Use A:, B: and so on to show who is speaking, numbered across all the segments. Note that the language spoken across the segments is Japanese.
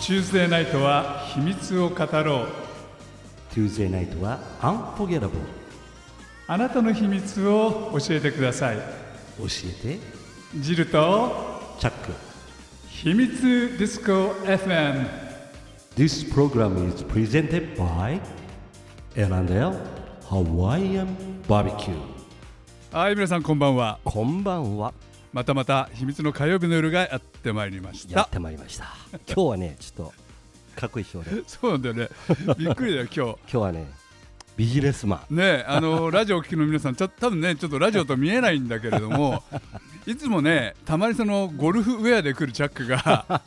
A: チューズデーナイトは秘密を語ろう
B: Tuesday night は Unforgettable
A: あなたの秘密を教えてください
B: 教えて
A: ジルと
B: チャック
A: 秘密ディスコ FM
B: This program is presented by L&L Hawaiian Barbecue
A: はい皆さんこんばんは
B: こんばんは
A: またまた秘密の火曜日の夜がやってまいりまし
B: やったてまいりました今日はねちょっとかっこいい 表で今
A: そうなんだよねびっくりだよ今日
B: 日はねビジネスマン
A: ねあ のラジオを聞きの皆さんちょ多分ねちょっとラジオと見えないんだけれど もいつもねたまにそのゴルフウェアで来るチャック が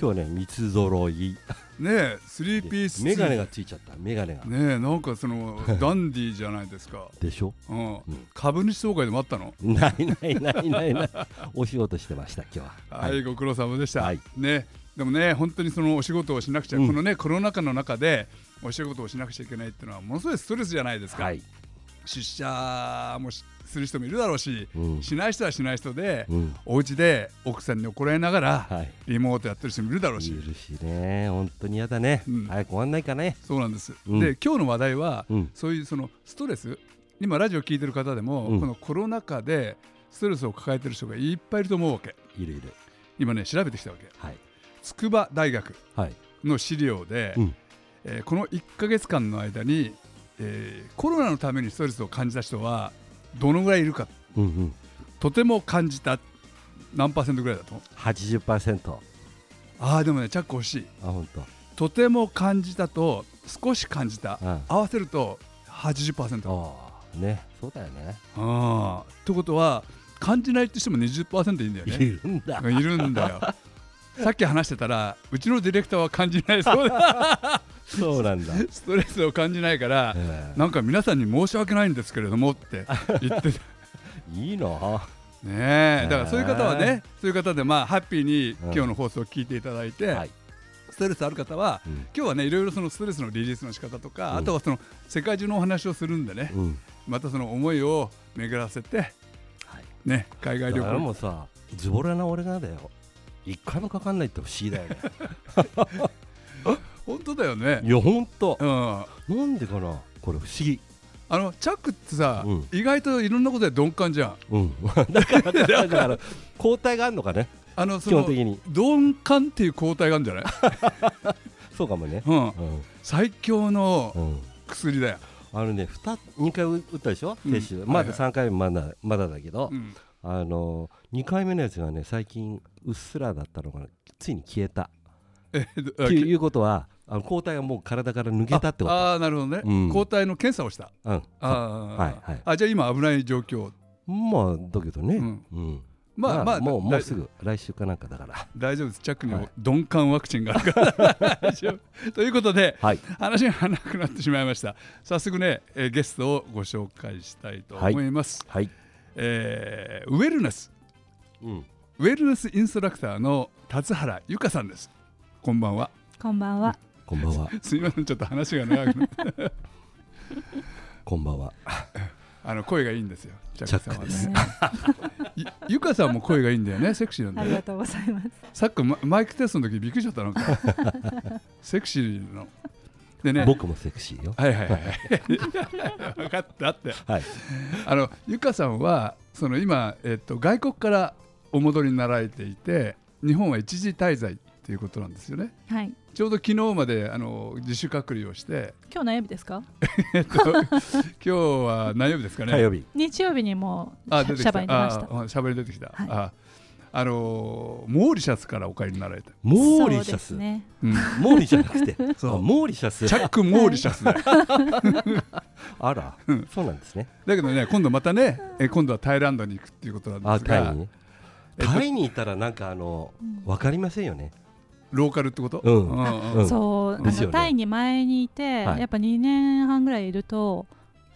B: 今日はね三つ揃い
A: ねスリーピース
B: メガネがついちゃったメガネが
A: ねなんかそのダンディーじゃないですか、
B: でしょ
A: うん、株主総会でもあったの
B: ないないないないないお仕事してました今日は
A: はい、ご苦労様でした、
B: はい
A: ね、でもね本当にそのお仕事をしなくちゃ、このねコロナ禍の中でお仕事をしなくちゃいけないっていうのはものすごいストレスじゃないですか、
B: はい
A: 出社もしする人もいるだろうし、
B: うん
A: しない人はしない人で、
B: うん
A: お家で奥さんに怒られながら、
B: はい
A: リモートやってる人もいるだろうし、
B: いるしね本当に嫌だね、
A: うん
B: 早く終わんないかね
A: そうなんです、
B: うん
A: で今日の話題は、
B: うん
A: そういうそのストレス今ラジオ聞いてる方でも、
B: うん
A: このコロナ禍でストレスを抱えてる人がいっぱいいると思うわけ
B: いるいる
A: 今ね調べてきたわけ
B: はい
A: 筑波大学
B: はい
A: の資料で、
B: うん
A: えーこの1ヶ月間の間に、えーコロナのためにストレスを感じた人はどのぐらいいるか
B: うんうん
A: とても感じた何パーセントぐらいだと思う
B: 80%あ
A: ああでもねチャック欲しい
B: 本当
A: とても感じたと少し感じた、
B: うん
A: 合わせると80%
B: ああねそうだよね
A: あーってことは感じないって人も20%いるんだよ
B: い
A: ね
B: るん だ
A: いるんだよさっき話してたらうちのディレクターは感じないそう だ
B: そうな んだ、
A: ストレスを感じないから、
B: え
A: なんか皆さんに申し訳ないんですけれども って言ってた
B: ーいいな
A: ねえ
B: ねえ
A: だからそういう方はねそういう方でまあハッピーに今日の放送を聞いていただいて、
B: はい、
A: ストレスある方は
B: うん
A: 今日はねいろいろそのストレスのリリースの仕方とか、
B: うん
A: あとはその世界中のお話をするんでね、
B: うん
A: またその思いを巡らせて
B: はい、
A: ね海外旅
B: だから
A: 行
B: もうさズボラな俺がだよ一回もかかんないって不思議だよね
A: 本当だよね
B: いやほんと
A: うん
B: なんでかなこれ不思議
A: あのチャックってさ、
B: うん
A: 意外といろんなことで鈍感じゃん
B: うん だからだからだから交代があるのかね
A: あのそ
B: 基本
A: の
B: 的に
A: 鈍感っていう抗体があるんじゃない、
B: そうかもね
A: うん、
B: うん
A: 最強の
B: うん
A: 薬だよ、
B: あのね 2, 2回打ったでしょ、
A: うん
B: 接種
A: はいは
B: ま
A: い
B: だ3回目まだまだだけど、
A: うん、
B: あの2回目のやつがね最近うっすらだったのがついに消えた
A: えーど
B: っ
A: あ
B: ていうことはあの抗体がもう体から抜けたってこ
A: ああなるほどね、
B: うん
A: 抗体の検査をした
B: とうん
A: あー、
B: はいはい
A: あじゃあ今危ない状況
B: まあだけどね、
A: う
B: うんん
A: まあまあ
B: もうも
A: だ
B: うすぐ来週かなんかだから
A: 大丈夫ですチャックに
B: は
A: も
B: い
A: 鈍感ワクチンがあるから 大丈夫ということで
B: はい
A: 話がなくなってしまいました早速ね、えーゲストをご紹介したいと思います、
B: はい、
A: えーウェルネス
B: うん、
A: ウェルネスインストラクターの辰原由香さんですこんばんは
C: こんばんは。
B: こんばんは
A: すみませんちょっと話が長くなって
B: こんばんは
A: あの声がいいんですよチャックさんは
B: チャック
A: ねゆ由香さんも声がいいんだよねセクシーなんだ
C: あ
A: よ
C: り
A: ね
C: がとうございます。
A: さっきママイクテストの時びっくりしちゃった なんかセクシーのでね
B: 僕もセクシーよ
A: はいはいはい分かったって
B: はい
A: あのゆかさんはその今、えっと、外国からお戻りになられていて日本は一時滞在っていうことなんですよね
C: はい。
A: ちょうど昨日まであの自主隔離をして、
C: 今日何曜日ですか？
A: えっと、今日は何曜日ですかね
B: 火曜日
C: 日曜日にもう
A: あ出
C: シャ
A: て
C: シ
A: きた
C: ャバに出ました。
A: あしゃべり出てきた、
C: はい
A: ああのモーリシャスからお帰りになられた、
B: モーリ
C: そう
B: シャ
C: で
B: ス、
C: すね。
A: うん
B: モーリじゃなくて
A: そう
B: あモーリシャス
A: チャック・モーリシャスだよ
B: あら、そうなんですね
A: だけどね、今度またね、え今度はタイランドに行くっていうことなんで
B: あ
A: す
B: タ
A: が
B: イ、に
A: えっと
B: タイにいたらなんかあのわかりませんよね
A: ローカルってこと、
B: うん
A: うん
B: ん
C: そう、あ
B: で
C: の
B: すよね
C: タイに前にいて、
B: はい
C: やっぱ2年半ぐらいいると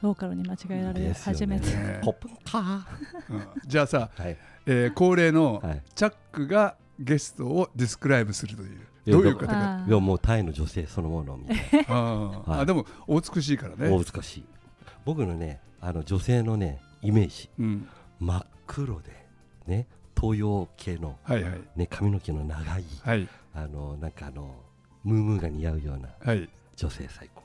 C: ローカルに間違えられ
B: ですよね
C: 始めて、
A: ね
B: ポップンカー
A: うんじゃあさ、
B: はい
A: えー恒例の
B: はい
A: チャックがゲストをディスクライブするという、
B: いや
A: どういう方か、
C: あー
B: いやもうタイの女性そのものみたい
A: あー
B: はい
A: あでもお美しいから
B: なも
A: ね、
B: う難しい僕のねあの女性のねイメージ
A: うん、
B: 真っ黒でね東洋系の、
A: はいはい
B: ね、髪の毛の長い
A: はい
B: あのなんかあのムームーが似合うような
A: はい
B: 女性最高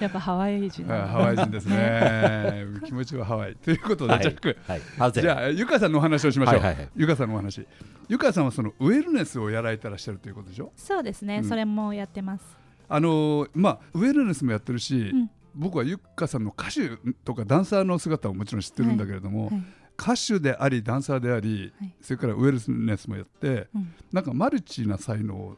C: やっぱハワイ人
A: あー
C: なん
A: ハ
C: だ
A: ワイ人です ね気持ちはハワイということで、
B: はい
A: ジャック
B: はいハウゼン
A: じゃあゆかさんのお話をしましょう、
B: はいはいはい
A: ゆかさんのお話ゆかさんはそのウェルネスをやられてらっしゃるということでしょ
C: そうですね、
A: うん
C: それもやってます
A: あのーまあウェルネスもやってるし、
C: うん
A: 僕はゆかさんの歌手とかダンサーの姿はもちろん知ってるんだけれども、
C: はい
A: 歌手でありダンサーであり、
C: はい
A: それからウェルネスもやって
C: うん
A: なんかマルチな才能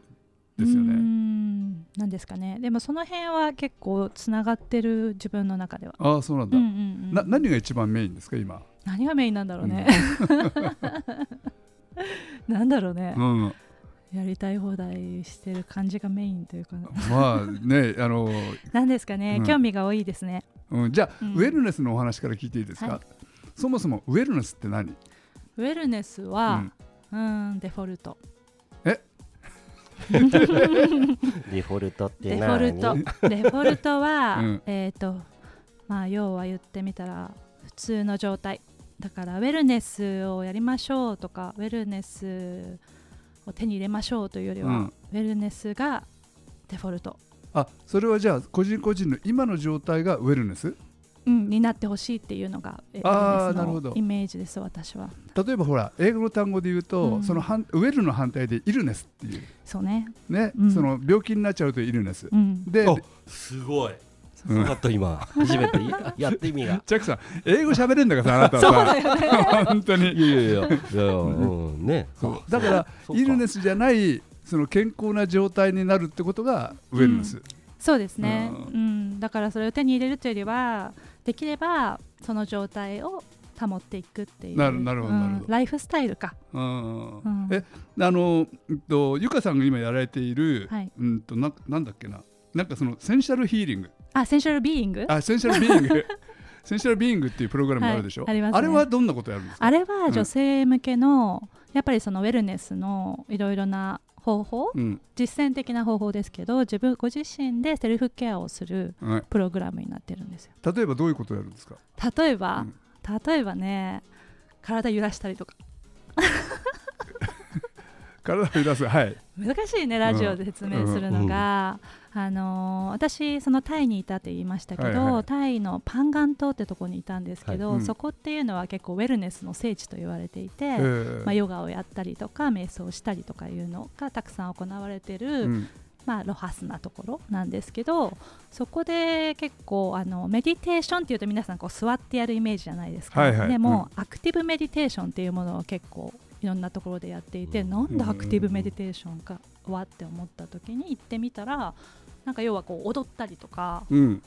A: ですよ
C: うー
A: ね。
C: んなんですかねでもその辺は結構つながってる自分の中では、
A: ああそうなん
C: う
A: だ、
C: んうんうん
A: な何が一番メインですか今、
C: 何がメインなんだろうね、 なんだろうね
A: う、ん、
C: やりたい放題してる感じがメインというか
A: まあねあの、
C: なんですかね、
A: うん
C: 興味が多いですね
A: うん、じゃあ、
C: うん
A: ウェルネスのお話から聞いていいですか、
C: はい
A: そもそもウェルネスって何、
C: ウェルネス
A: う
C: は
A: ん
C: うーんデフォルト
B: デフォルトって
C: デ
B: 何
C: フォルトデフォルトは、
A: うん
C: えっ、とまあ要は言ってみたら普通の状態だからウェルネスをやりましょうとかウェルネスを手に入れましょうというよりは、
A: うん
C: ウェルネスがデフォルト、
A: あそれはじゃあ個人個人の今の状態がウェルネス
C: うん、になってほしいっていうのがウ
A: あー
C: ェルネス
A: なるほど
C: のイメージです私は
A: 例えばほら英語の単語で言うと、
C: うん
A: その反ウェルの反対でイルネスっていう
C: そうね
A: ね、
C: うん
A: その病気になっちゃうとイルネス、
C: うん
A: で
B: あすごい
C: そう
B: よ
A: ん
B: かった今初めていやって意味が
A: ジャックさん英語喋れんだからさあなたはさ本当に
B: いやいやいやいやうんね
A: そうだから
B: そうか
A: イルネスじゃないその健康な状態になるってことがウェルネス、
C: そうですね、
A: う
C: うんだからそれを手に入れるというよりはできればその状態を保っていくっていう
A: なるなるほど
C: うん
A: なるほど
C: ライフスタイルか、
A: うん
C: うん
A: えあの、うんと、ゆかさんが今やられている、
C: はい
A: うんとななんだっけななんかそのセンシャルヒーリング
C: あセンシャルビーイングあ
A: あセンシャルビーイングセンシャルビーイングっていうプログラムがあるでしょ、
C: はいありますね
A: れはどんなことやるんですか
C: れは女性向けの、やっぱりそのウェルネスのいろいろな方法、
A: うん
C: 実践的な方法ですけど自分ご自身でセルフケアをする
A: はい、
C: プログラムになってるんですよ
A: 例えばどういうことをやるんですか
C: 例えば、
A: うん
C: 例えばね体揺らしたりとか
A: 体を揺らすはい
C: 難しいねラジオで説明するのが、あのー私そのタイにいたって言いましたけど、
A: はいはい
C: タイのパンガン島ってとこにいたんですけど、
A: はいうん
C: そこっていうのは結構ウェルネスの聖地と言われていて、
A: えー
C: まあ、ヨガをやったりとか瞑想をしたりとかいうのがたくさん行われてる、
A: うん
C: まあ、ロハスなところなんですけどそこで結構あのメディテーションっていうと皆さんこう座ってやるイメージじゃないですか、
A: はいはい
C: でも、アクティブメディテーションっていうものを結構いろんなところでやっていて、
B: うん
C: なんでアクティブメディテーションかわって思った時に行ってみたらなんか要はこう踊ったりとか
A: うん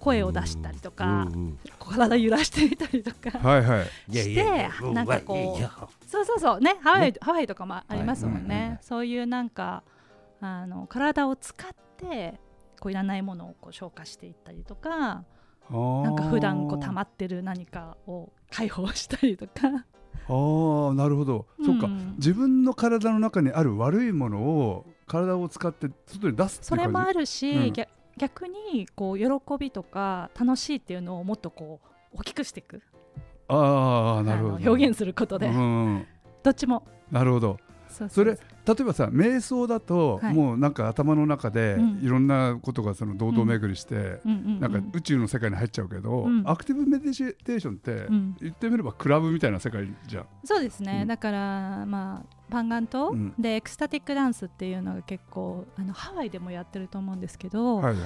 C: 声を出したりとか、
B: うんうん
C: 体揺らしてみたりとか。
A: はいはい
B: いやいやいや
C: してなんかこう
B: いやいや
C: そうそうそうねハワイ、
B: ね
C: ハワイとかもありますもんね、
A: はいうんうん
B: うん
C: そういうなんかあの体を使ってこういらないものをこう消化していったりとか
A: な
C: なんか普段こう溜まってる何かを解放したりとか、
A: ああなるほど、そっか
C: うん
A: 自分の体の中にある悪いものを体を使って外に出すって
C: そ
A: いう感じ
C: れもあるし、
A: うん
C: 逆逆にこう喜びとか楽しいっていうのをもっとこう大きくしていく
A: ああなるほど
C: あの表現することで、
A: うん、
C: どっちも
A: なるほど
C: そう
A: そうれ例えばさ瞑想だと、
C: はい
A: もうなんか頭の中で
C: うん
A: いろんなことがその堂々巡りして、
C: うんうんうん
A: なんか宇宙の世界に入っちゃうけど、
C: うん
A: アクティブメディテーションって、
C: うん
A: 言ってみればクラブみたいな世界じゃん。
C: そうですね、
A: うん
C: だから、まあ、パンガン島
A: うん
C: でエクスタティックダンスっていうのが結構あのハワイでもやってると思うんですけど、
A: はいはい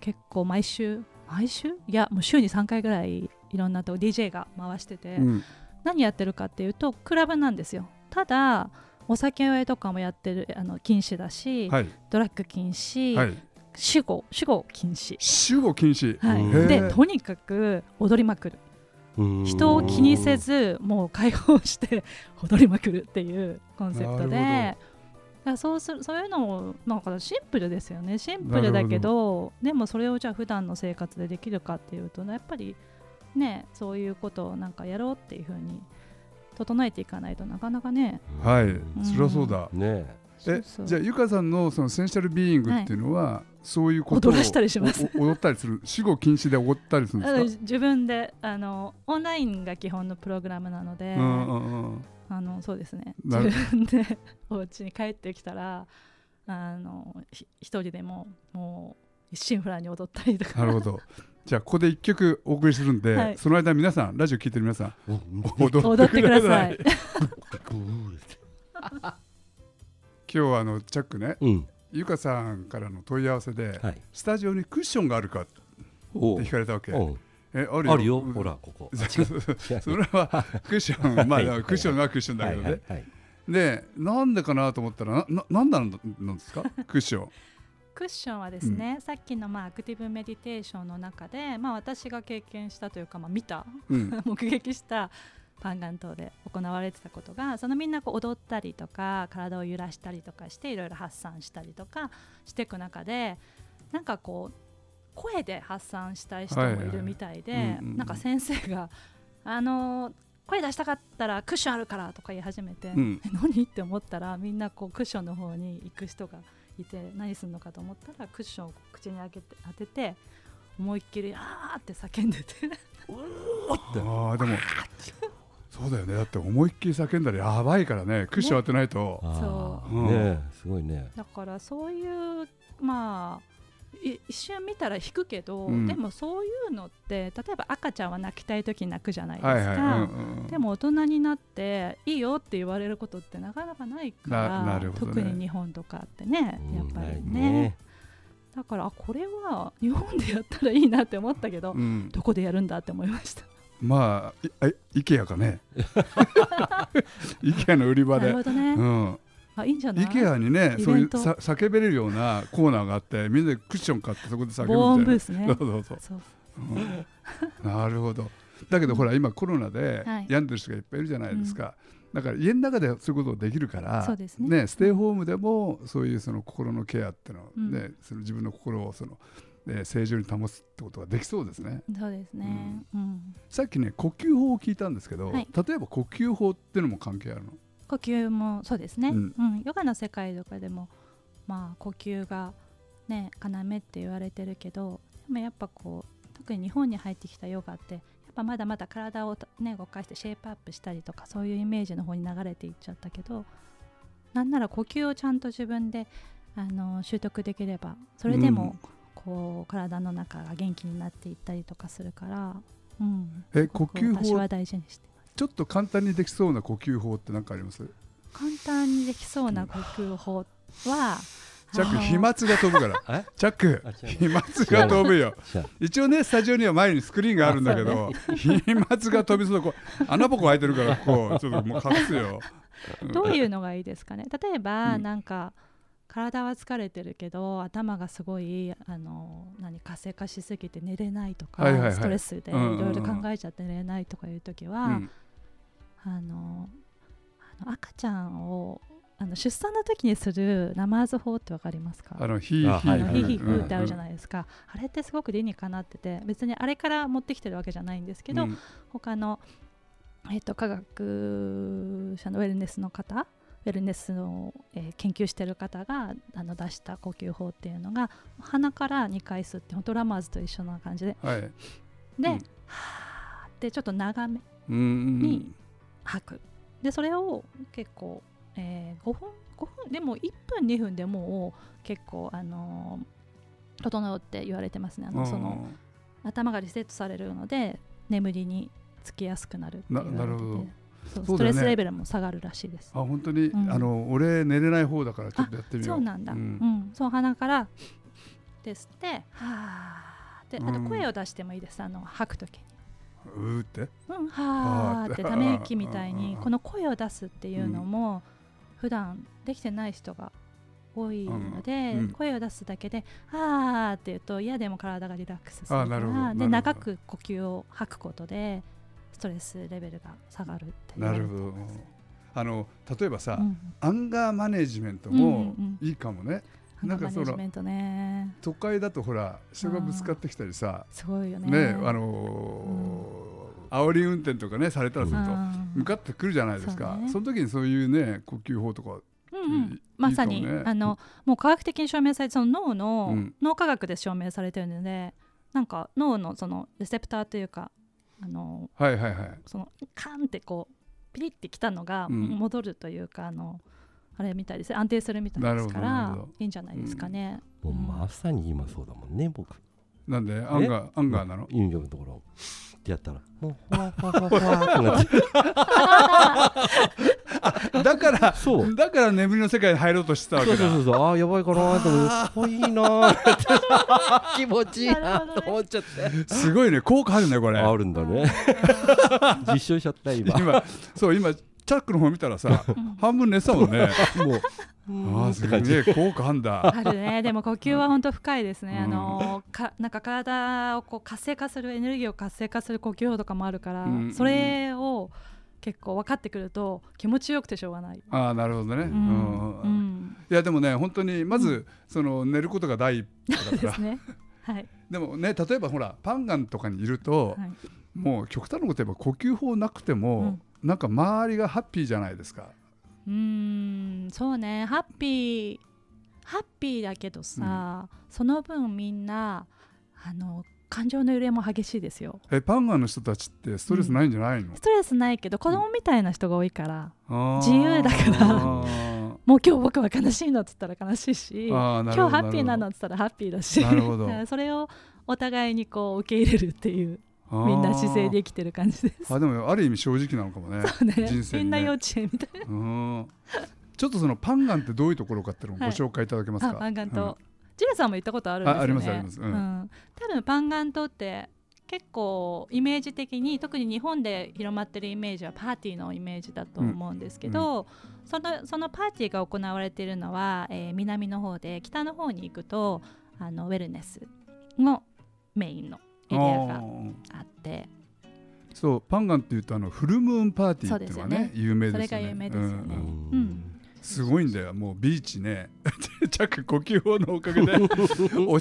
C: 結構毎週毎週いやもう週に3回ぐらいいろんなとこ DJ が回してて、
A: うん
C: 何やってるかっていうとクラブなんですよただお酒とかもやってるあの禁止だし、
A: はい
C: ドラッグ禁止、
A: はい、
C: 主語主語禁止、
A: 主語禁止、
C: は
B: へ
C: い、
B: ー
C: でとにかく踊りまくる
B: うん
C: 人を気にせずもう解放して踊りまくるっていうコンセプトで
A: な
C: だからそうするそういうのもなんかシンプルですよねシンプルだ
A: なる
C: け
A: ほ
C: どでもそれをじゃあ普段の生活でできるかっていうとやっぱりねそういうことをなんかやろうっていうふうに整えていかないとなかなかね
A: はい
B: うん
A: そりゃそうだ、
B: ねえ
C: そうそう
A: じゃあゆかさんのそのセンシャルビーイングっていうのは、そういうことを
C: 踊らしたりします
A: おお踊ったりする死後禁止で踊ったりするん
C: あの
A: ですか
C: 自分であのオンラインが基本のプログラムなので、
A: うんうんうん
C: あのそうですね
A: な
C: 自
A: る
C: 分で お家に帰ってきたらあのひ一人でももう一心不乱に踊ったりと
A: な
C: か
A: るほどじゃあここで一曲お送りするんで、
C: はい
A: その間皆さんラジオ聞いてる皆さん踊って
C: 踊ってください
A: 今日はあのチャックね
B: うん
A: ゆかさんからの問い合わせで、
B: はい
A: スタジオにクッションがあるかって
B: お
A: 聞かれたわけ、
B: うん
A: えあるよ
B: あるよ
A: うん
B: ほらここあ
A: そ
B: 違
A: う
B: う
A: そう
B: 違う
A: それはクッシ ョンまあ
B: はい
A: だからクッションはクッションだ
B: は
A: け
B: い
A: どね、
B: はいはい
A: でなんでかなと思ったらなななんなんだなんですかクッション
C: クッションはですね、さっきのまあアクティブメディテーションの中で、まあ、私が経験したというか、まあ、見た
A: うん
C: 目撃したパンガン島で行われてたことがそのみんなこう踊ったりとか体を揺らしたりとかしていろいろ発散したりとかしていく中でなんかこう声で発散したい人
A: はい
C: も
A: はいい
C: るみたいで、
A: うんうん
C: なんか先生が「あのー声出したかったらクッションあるから」とか言い始めて「
A: うん
C: え何?」って思ったらみんなこうクッションの方に行く人がいて何するのかと思ったらクッションを口に開けて当てて思いっきり「あー」って叫んでて。
A: ああでもそうだよねだって思いっきり叫んだらやばいからねクッション当てないと、
B: あ
A: うん
B: ーねえすごいね
C: だからそういうまあい一瞬見たら引くけど、
A: うん
C: でもそういうのって例えば赤ちゃんは泣きたい時に泣くじゃないですか、
A: はいはい、うんうんうん
C: でも大人になっていいよって言われることってなかなかないか
A: なな
C: ら、
A: るほどね
C: 特に日本とかってね
B: うん
C: やっぱりね,、
B: ない
C: だからあこれは日本でやったらいいなって思ったけど、
A: うん
C: どこでやるんだって思いま した。
A: まあいあイケアか ねイケアの売り場
C: な
A: で
C: るほどね、
A: うん
C: あいいんじゃない
A: イケアにね
C: イ
A: そう
C: ベ
A: いう
C: ント
A: さ叫べれるようなコーナーがあってみんなでクッション買ってそこで叫ぶみたいな
C: 防音ブー スね
A: そうそうそう
C: そう
A: うんなるほどだけどほら今コロナで
C: はい
A: 病んでる人がいっぱいいるじゃないですか、だから家の中でそういうことができるから
C: そうですね
A: ステイホームでもそういうその心のケアっていうのを、
C: うん
A: ねその自分の心をその、えー正常に保つってことができそうですね
C: そうですね、うん、
A: さっきね呼吸法を聞いたんですけど、
C: はい
A: 例えば呼吸法っていうのも関係あるの
C: 呼吸もそうですね、
A: う
C: うんんヨガの世界とかでも、まあ、呼吸が、ね、要って言われてるけどでもやっぱこう特に日本に入ってきたヨガってやっぱまだまだ体をた、ね、動かしてシェイプアップしたりとかそういうイメージの方に流れていっちゃったけどなんなら呼吸をちゃんと自分であの習得できればそれでもこう、体の中が元気になっていったりとかするから、うん、
A: え呼
C: こう
A: 吸
C: 私
A: 法
C: は大事にして
A: ちょっと簡単にできそうな呼吸法って何かあります
C: 簡単にできそうな呼吸法は
A: チャック
C: あの
A: 飛沫が飛ぶから
B: え
A: チャック
B: あ違うの
A: 飛沫が飛ぶよ
B: じゃあ
A: 一応ねスタジオには前にスクリーンがあるんだけど飛沫が飛びそうこう穴ぼこ開いてるからこ うちょっともう隠すよ
C: どういうのがいいですかね 例えば、
A: うん
C: なんか体は疲れてるけど頭がすごいあの何活性化しすぎて寝れないとか、
A: はいはいはい
C: ストレスでい
A: うんうんうん
C: ろいろ考えちゃって寝れないとかいう時は、
A: うん
C: あのあの赤ちゃんをあの出産の時にするナマーズ法ってわかりますか
A: あのヒー
B: あ
A: ヒ
B: は
C: あ
B: い
C: の
B: は
A: ー
B: い
C: ヒーヒーフーってあるじゃ
A: い
C: ないですか、あれってすごく理にかなってて別にあれから持ってきてるわけじゃないんですけど、
A: うん
C: 他の、えっと科学者のウェルネスの方ウェルネスの、えー研究してる方があの出した呼吸法っていうのが鼻から2回吸って本当ラマーズと一緒な感じで
A: はい
C: で、
A: うん
C: はーってちょっと長め
A: うんうん
C: に吐くでそれを結構、えー5分5分でも1分2分でもう結構あのー整うって言われてますねあ
A: う
C: の
A: ん
C: その頭がリセットされるので眠りにつきやすくなるって言われてて
A: ななるほど
C: そう
A: そうだよ
C: スト
A: ね
C: レスレベルも下がるらしいです
A: あ。本当に
C: うん
A: あの俺寝れない方だからちょっとやってみよ
C: そううなんだ。
A: う
C: うんん、そう鼻からですって、はあ。で、あ
A: う
C: と
A: ん
C: 声を出してもいいです。あの吐くときに。
A: うーって
C: うん、は
A: はー
C: あ
A: っ
C: っててため息みたい
A: うんうん
C: に
A: うん
C: この声を出すっていうのも普段できてない人が多いので、
A: うんうん
C: 声を出すだけで「はあ」って言うと嫌でも体がリラックスす
A: あー
C: る
A: な
C: か
A: るほどな
C: ら
A: るほ
C: で
A: ど
C: 長く呼吸を吐くことでストレスレベルが下がるって言
A: な
C: われて
A: るほど
C: ます
A: あの例えばさ
C: うん
A: アンガーマネジメント
C: うん
A: も
C: うん
A: いいかもね
C: アン
A: な
C: ガ
A: ん
C: ー
A: か
C: マ
A: その
C: ネジメントね
A: 都会だとほら人がぶつかってきたりさ
C: すごいよね
A: ねあのー煽り運転とかねされたらすると
C: うん
A: 向かってくるじゃないですか
C: そ
A: そ,、
C: うね
A: の時にそういうね呼吸法とか
C: うんうんうんまさに
A: いいかもね
C: あのもう科学的に証明されてその脳の、
A: うん
C: 脳科学で証明されてるのでなんか脳のそのレセプターというかあの
A: はいはいはい
C: そのカーンってこうピリってきたのが
A: うん
C: 戻るというか、あのあれみたいです安定するみたいです
A: な
C: か
A: る
C: ら
A: ほどなるほど
C: いいんじゃないですかね。
B: もうまさに今そうだもんね僕
A: なんでアンガーアンガーなの
B: ユニフォームのところってやったらもうほわほわほわほわってなって
A: だから
B: そう
A: だから眠りの世界に入ろうとしてたわけ
B: そう
A: だ
B: そうそうそうああやばいかなと思っておいいなーって気持ちいいなーと思っちゃって
A: すごいね効果あるねこれ
B: あるんだね実証しちゃった今
A: 今そう今チャックの方見たらさ
C: ん
A: 半分寝てたもんね
B: も
A: あ
B: う
A: ー
B: って
A: す
B: 感じ
A: げえ効果あん だ
C: あるねでも呼吸は本当深いですね、
A: うん
C: あのかなんか体をこう活性化するエネルギーを活性化する呼吸法とかもあるから、
A: うん
C: それを結構分かってくると気持ちよくてしょうがない。
A: ああなるほどね、う
C: うんん
A: うんうんいやでもね本当にまずその寝ることが第一 歩だ
C: で
A: から
C: すね。はい、
A: でもね例えばほらパンガンとかにいると、
C: はい、
A: もう極端なこと言えば呼吸法なくても、なんか周りがハッピーじゃないですか。
C: うーんそうねハッピーハッピーだけどさ、その分みんなあの感情の揺れも激しいですよ
A: えパンガンの人たちってストレスないんじゃないの
C: ス、トレスないけど子供みたいな人が多いから、
A: あー
C: 自由だから
A: あー
C: もう今日僕は悲しいのっつったら悲しいし今
A: あーな
C: 日
A: るほど
C: ハッピーなのっつったらハッピーだし
A: なるほど
C: だからそれをお互いにこう受け入れるっていう
A: あー
C: みんな姿勢で生きてる感じです。
A: あでもある意味正直なのかもね。
C: ね
A: 人生
C: み
A: にね
C: んな幼稚園みたいな
A: うんちょっとそのパンガンってどういうところかっていうのをご紹介いただけます
C: あ
A: か。
C: パンガン島、ジルさんも行ったことあるんですよね
A: あありますあります
C: う
A: うんん
C: 多分パンガン島って結構イメージ的に特に日本で広まってるイメージはパーティーのイメージだと思うんですけど、そのそのパーティーが行われているのは、えー南の方で北の方に行くとあのウェルネスのメインのエ
A: う
C: リ
A: ん
C: アが
A: あー
C: あって
A: そうパンガンっていうとあのフルムーンパーティーっていうのがね
C: そうです
A: 有名です
C: そ
A: よね。
C: れが有名ですよ
A: うん
C: ね
A: う
B: うんん
C: うん
A: すごいんだよもうビーチね チャック呼吸法のおか げで落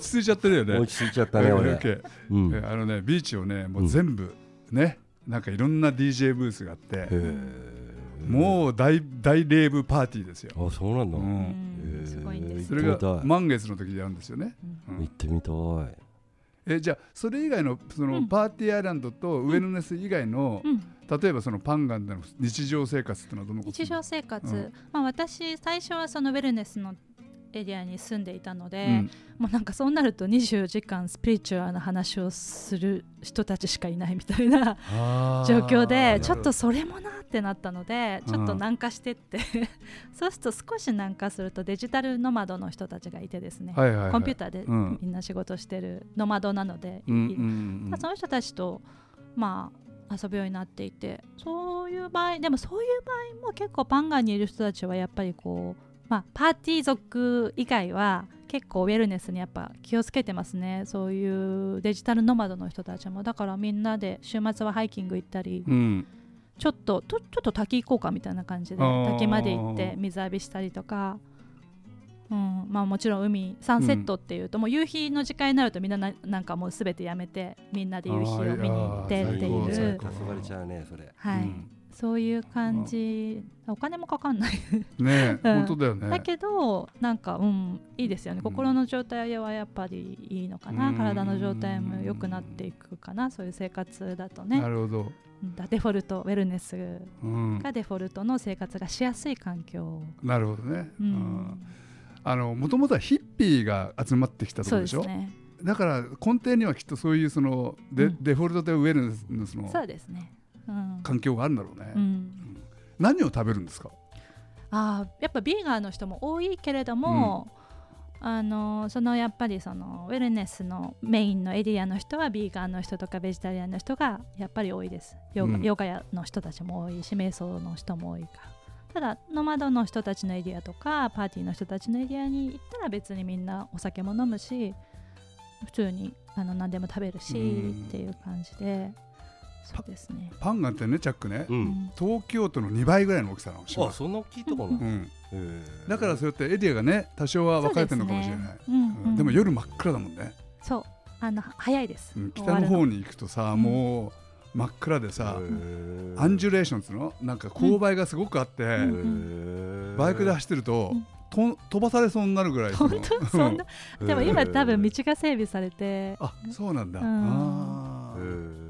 A: ち着いちゃってるよね
B: 落ち着いちゃったね
A: オ
B: 俺
A: ッケー
B: うん
A: あのねビーチをねも
B: うん
A: う全部ね、なんかいろんな DJ ブースがあって
B: へー
A: もう大大レーブパーティーですよ、
B: あそうなんだ
A: う
C: うんん
B: へー
C: すごいんです
A: そ
C: よ
A: れ
B: 行ってみ
A: が
B: たい
A: 満月の時でやるんですよね、う
B: 行っ
A: ん
B: てみたい
A: えじゃあそれ以外のそうの
C: ん
A: パーティーアイランドとウェルネス以外の、
C: うん
A: 例えばそのパンガンでの日常生活ってのはどのこと
C: 日常生活、
A: うん
C: まあ、私最初はそのウェルネスのエリアに住んでいたので、
A: うん
C: もうなんかそうなると24時間スピリチュアルな話をする人たちしかいないみたいな状況でちょっとそれもなってなったのでちょっと難化してって そうすると少し難化するとデジタルノマドの人たちがいてですね、
A: はいはいはい
C: コンピューターで
A: うん
C: みんな仕事してるノマドなので、
A: うんうん
C: まあその人たちと、まあ、遊ぶようになっていてそういう場合でもそういう場合も結構パンガンにいる人たちはやっぱりこう、まあ、パーティー族以外は結構ウェルネスにやっぱ気をつけてますねそういうデジタルノマドの人たちもだからみんなで週末はハイキング行ったり、
A: うんうん
C: ちょっととちょっと滝行こうかみたいな感じで
A: あー
C: 滝まで行って水浴びしたりとか。うんまあ、もちろん海サンセットっていうと、もう夕日の時間になるとみんなななんかもうすべてやめてみんなで夕日を見に行ってって
A: あーいや
C: い
A: ー
C: う
A: 最高最
B: 黄
A: 高
B: 昏れちゃうねそれ
C: はいそういう感じお金もかかんない、
A: うんねえ、
C: うん
A: 本当だよね
C: だけどなんかうんいいですよね
A: ん
C: 心の状態はやっぱりいいのかな、
A: うん
C: 体の状態も良くなっていくかなそういう生活だと
A: な
C: ね
A: るほど、
C: うんだデフォルトウェルネス
A: うん、
C: がデフォルトの生活がしやすい環境
A: なるほどね、
C: う
A: うんんあのもともとはヒッピーが集まってきたとこ
C: そう
A: ろ
C: で
A: でし
C: す
A: ょ
C: ね。
A: だから根底にはきっとそういうそのデ,、
C: うん
A: デフォルトでウェルネスの
C: そうですね。うん。
A: 環境があるんだろうね、
C: うん、
A: 何を食べるんですか
C: ああ、やっぱビーガーの人も多いけれども。あのそのやっぱりそのウェルネスのメインのエリアの人はビーガンの人とかベジタリアンの人がやっぱり多いですヨガ,、
A: うん
C: ヨガやの人たちも多いし瞑想の人も多いからただノマドの人たちのエリアとかパーティーの人たちのエリアに行ったら別にみんなお酒も飲むし普通にあの何でも食べるし
A: うん
C: っていう感じでそうですね、
A: パンガンってねチャックね、
B: うん
A: 東京都の2倍ぐらいの大きさなの島
B: あそんな大きいとこな
A: う
B: の
A: ん、
B: へー
A: だからそうやってエリアがね多少は分かれてるのかもしれない
C: そうですねうん
A: う
C: うんん
A: でも夜真っ暗だもんね、
C: そうあの早いです、
A: うん
C: 終
A: 北
C: わ
A: の
C: る
A: 方に行くとさ、も真っ暗でさ、ア
B: ア
A: ンジュレーションっつうのなんか勾配がすごくあって、
C: うん
A: バイクで走ってると,とん、飛ばされそうになるぐらいその
C: 本当そんなでも今多分道が整備されて
A: あそうなんだ、
C: うん
A: あー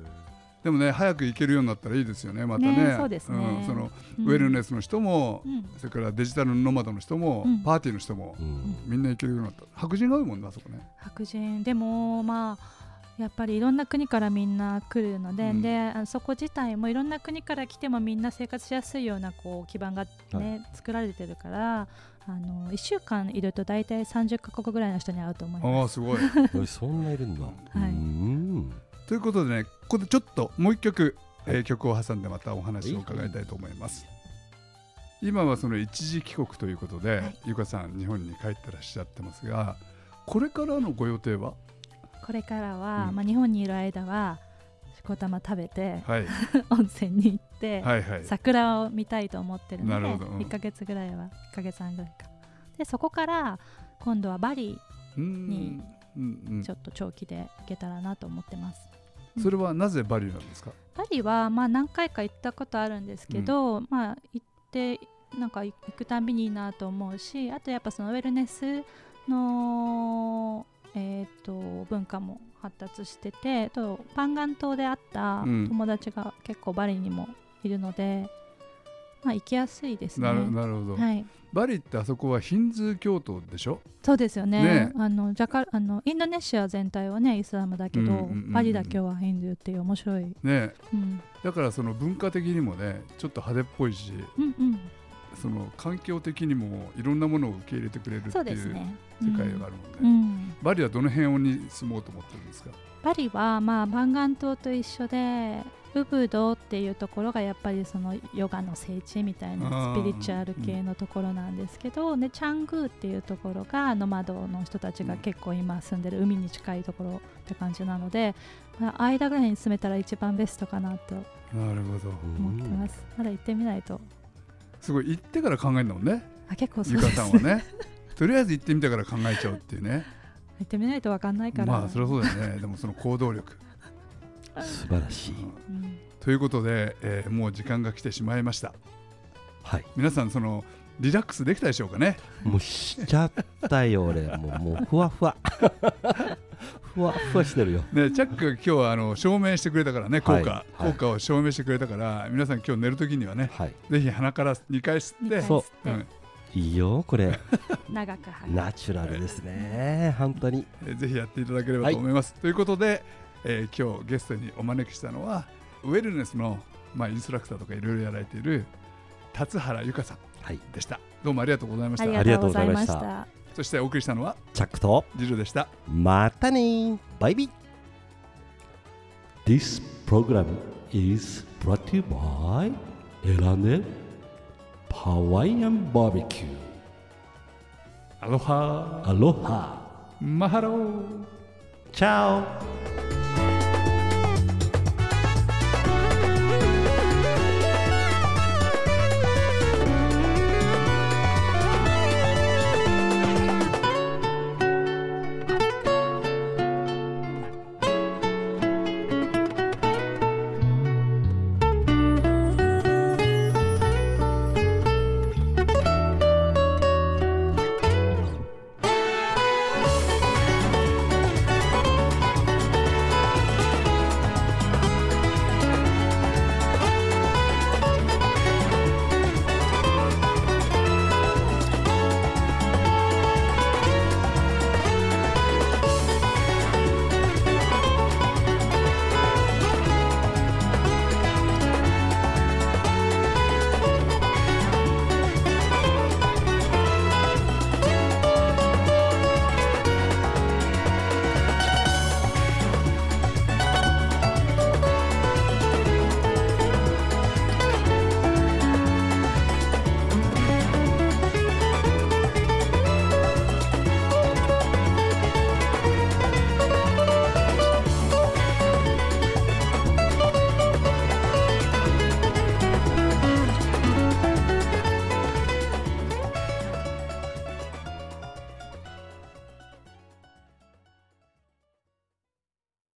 A: でもね早く行けるようになったらいいですよねまたね
C: ねそうですね
A: んそのウェルネ
C: ス、
A: スの人も、
C: うん
A: それからデジタルノマドの人も、
C: うん
A: パーティーの人も、 みんな行けるようになった白人が多いもんなそこね
C: 白人でもまあやっぱりいろんな国からみんな来るので,、
A: うん
C: であのそこ自体もいろんな国から来てもみんな生活しやすいようなこう基盤が、ね作られてるからあの1週間いると大体30か国ぐらいの人に会うと思い
A: あ
C: ま
A: あ
C: す。
A: す ごい
B: そんないるんだ。はい
A: ということでねここでちょっともう一曲、えー曲を挟んでまたお話を伺いたいと思います今はその一時帰国ということで、
C: はい
A: ゆかさん日本に帰ってらっしゃってますがこれからのご予定は
C: これからは、
A: うん
C: まあ、日本にいる間はしこたま食べて、
A: はい
C: 温泉に行って、
A: はいはい
C: 桜を見たいと思ってるの
A: な
C: で、
A: るほどうん
C: 1か月ぐらいは1か月半ぐらいかでそこから今度はバリ
A: うー
C: に
A: んうんうん
C: ちょっと長期で行けたらなと思ってます、
A: それはなぜバリューなんですか
C: バリはまあ何回か行ったことあるんですけど、まあ行ってなんか行くたんびにいいなと思うしあとやっぱそのウェルネスのえー、と文化も発達しててあとパンガン島で会った
A: うん
C: 友達が結構バリにもいるので、まあ行きやすいですね。
A: なるなるほど、
C: はい、
A: バリってあそこはヒンズー教徒でしょ
C: そうですよね
A: ね
C: あのジャカあのインドネシア全体はねイスラムだけど、
A: うんうんうんうん
C: バリだけはヒンドゥーっていう面白い、
A: ね
C: うん、
A: だからその文化的にもねちょっと派手っぽいし
C: うんうん
A: その環境的にもいろんなものを受け入れてくれるって
C: そうで
A: い
C: す
A: う
C: ね
A: 世界がある
C: うん
A: もんね、
C: うん、
A: バリはどの辺に住もうと思ってるんですか
C: パリはまあバンガン島と一緒でウブドっていうところがやっぱりそのヨガの聖地みたい
A: あ
C: な
A: ー
C: スピリチュアル系のところなんですけど、でチャングーっていうところがノマドの人たちが結構今住んでる海に近いところって感じなので、まあ、間ぐらいに住めたら一番ベストかなと
A: なるほど
C: 思ってます、まだ行ってみないと
A: すごい行ってから考えるんだもんね
C: あ結構そ
A: ゆ
C: う
A: か
C: です
A: さん
C: 行
A: はねとりあえず行ってみたから考えちゃうっていうね
C: ってみないと分かんないから、
A: まあそりゃそうだよねでもその行動力、
B: 素晴らし
A: う
B: い。
A: ん
C: うん
A: ということで、えーもう時間が来てしまいました
B: はい。
A: 皆さんそのリラックスできたでしょうかね
B: もうしちゃったよ 俺。もうもうふわふわ。ふわふわしてるよ。
A: ね、チャックが今日はあの証明してくれたからね効
B: はい
A: 果、
B: はい
A: 効果を証明してくれたから皆さん今日寝るときにはね
B: はい。
A: ぜひ鼻から2回吸っ
C: 二
A: て
C: 回
B: そう
C: 吸って
A: うん
B: いいよこれ。
C: 長く吐く
B: ナチュラルですね。本当に。
A: えーぜひやっていただければと思います。ということで、えー今日ゲストにお招きしたのはウェルネスの、まあ、インストラクターとかいろいろやられている辰原由香さん
B: はい。
A: でした。どうもありがとうございまし
C: あり
A: た。
C: がとうございまし
B: ありがとうござ
C: た。
A: そしてお送りしたのは
B: チャックと。
A: ジルでした。
B: Matane. Bye bye. This program is brought to you by Elanet Hawaiian Barbecue.
A: アロハ
B: Aloha.
A: マハロー
B: Ciao.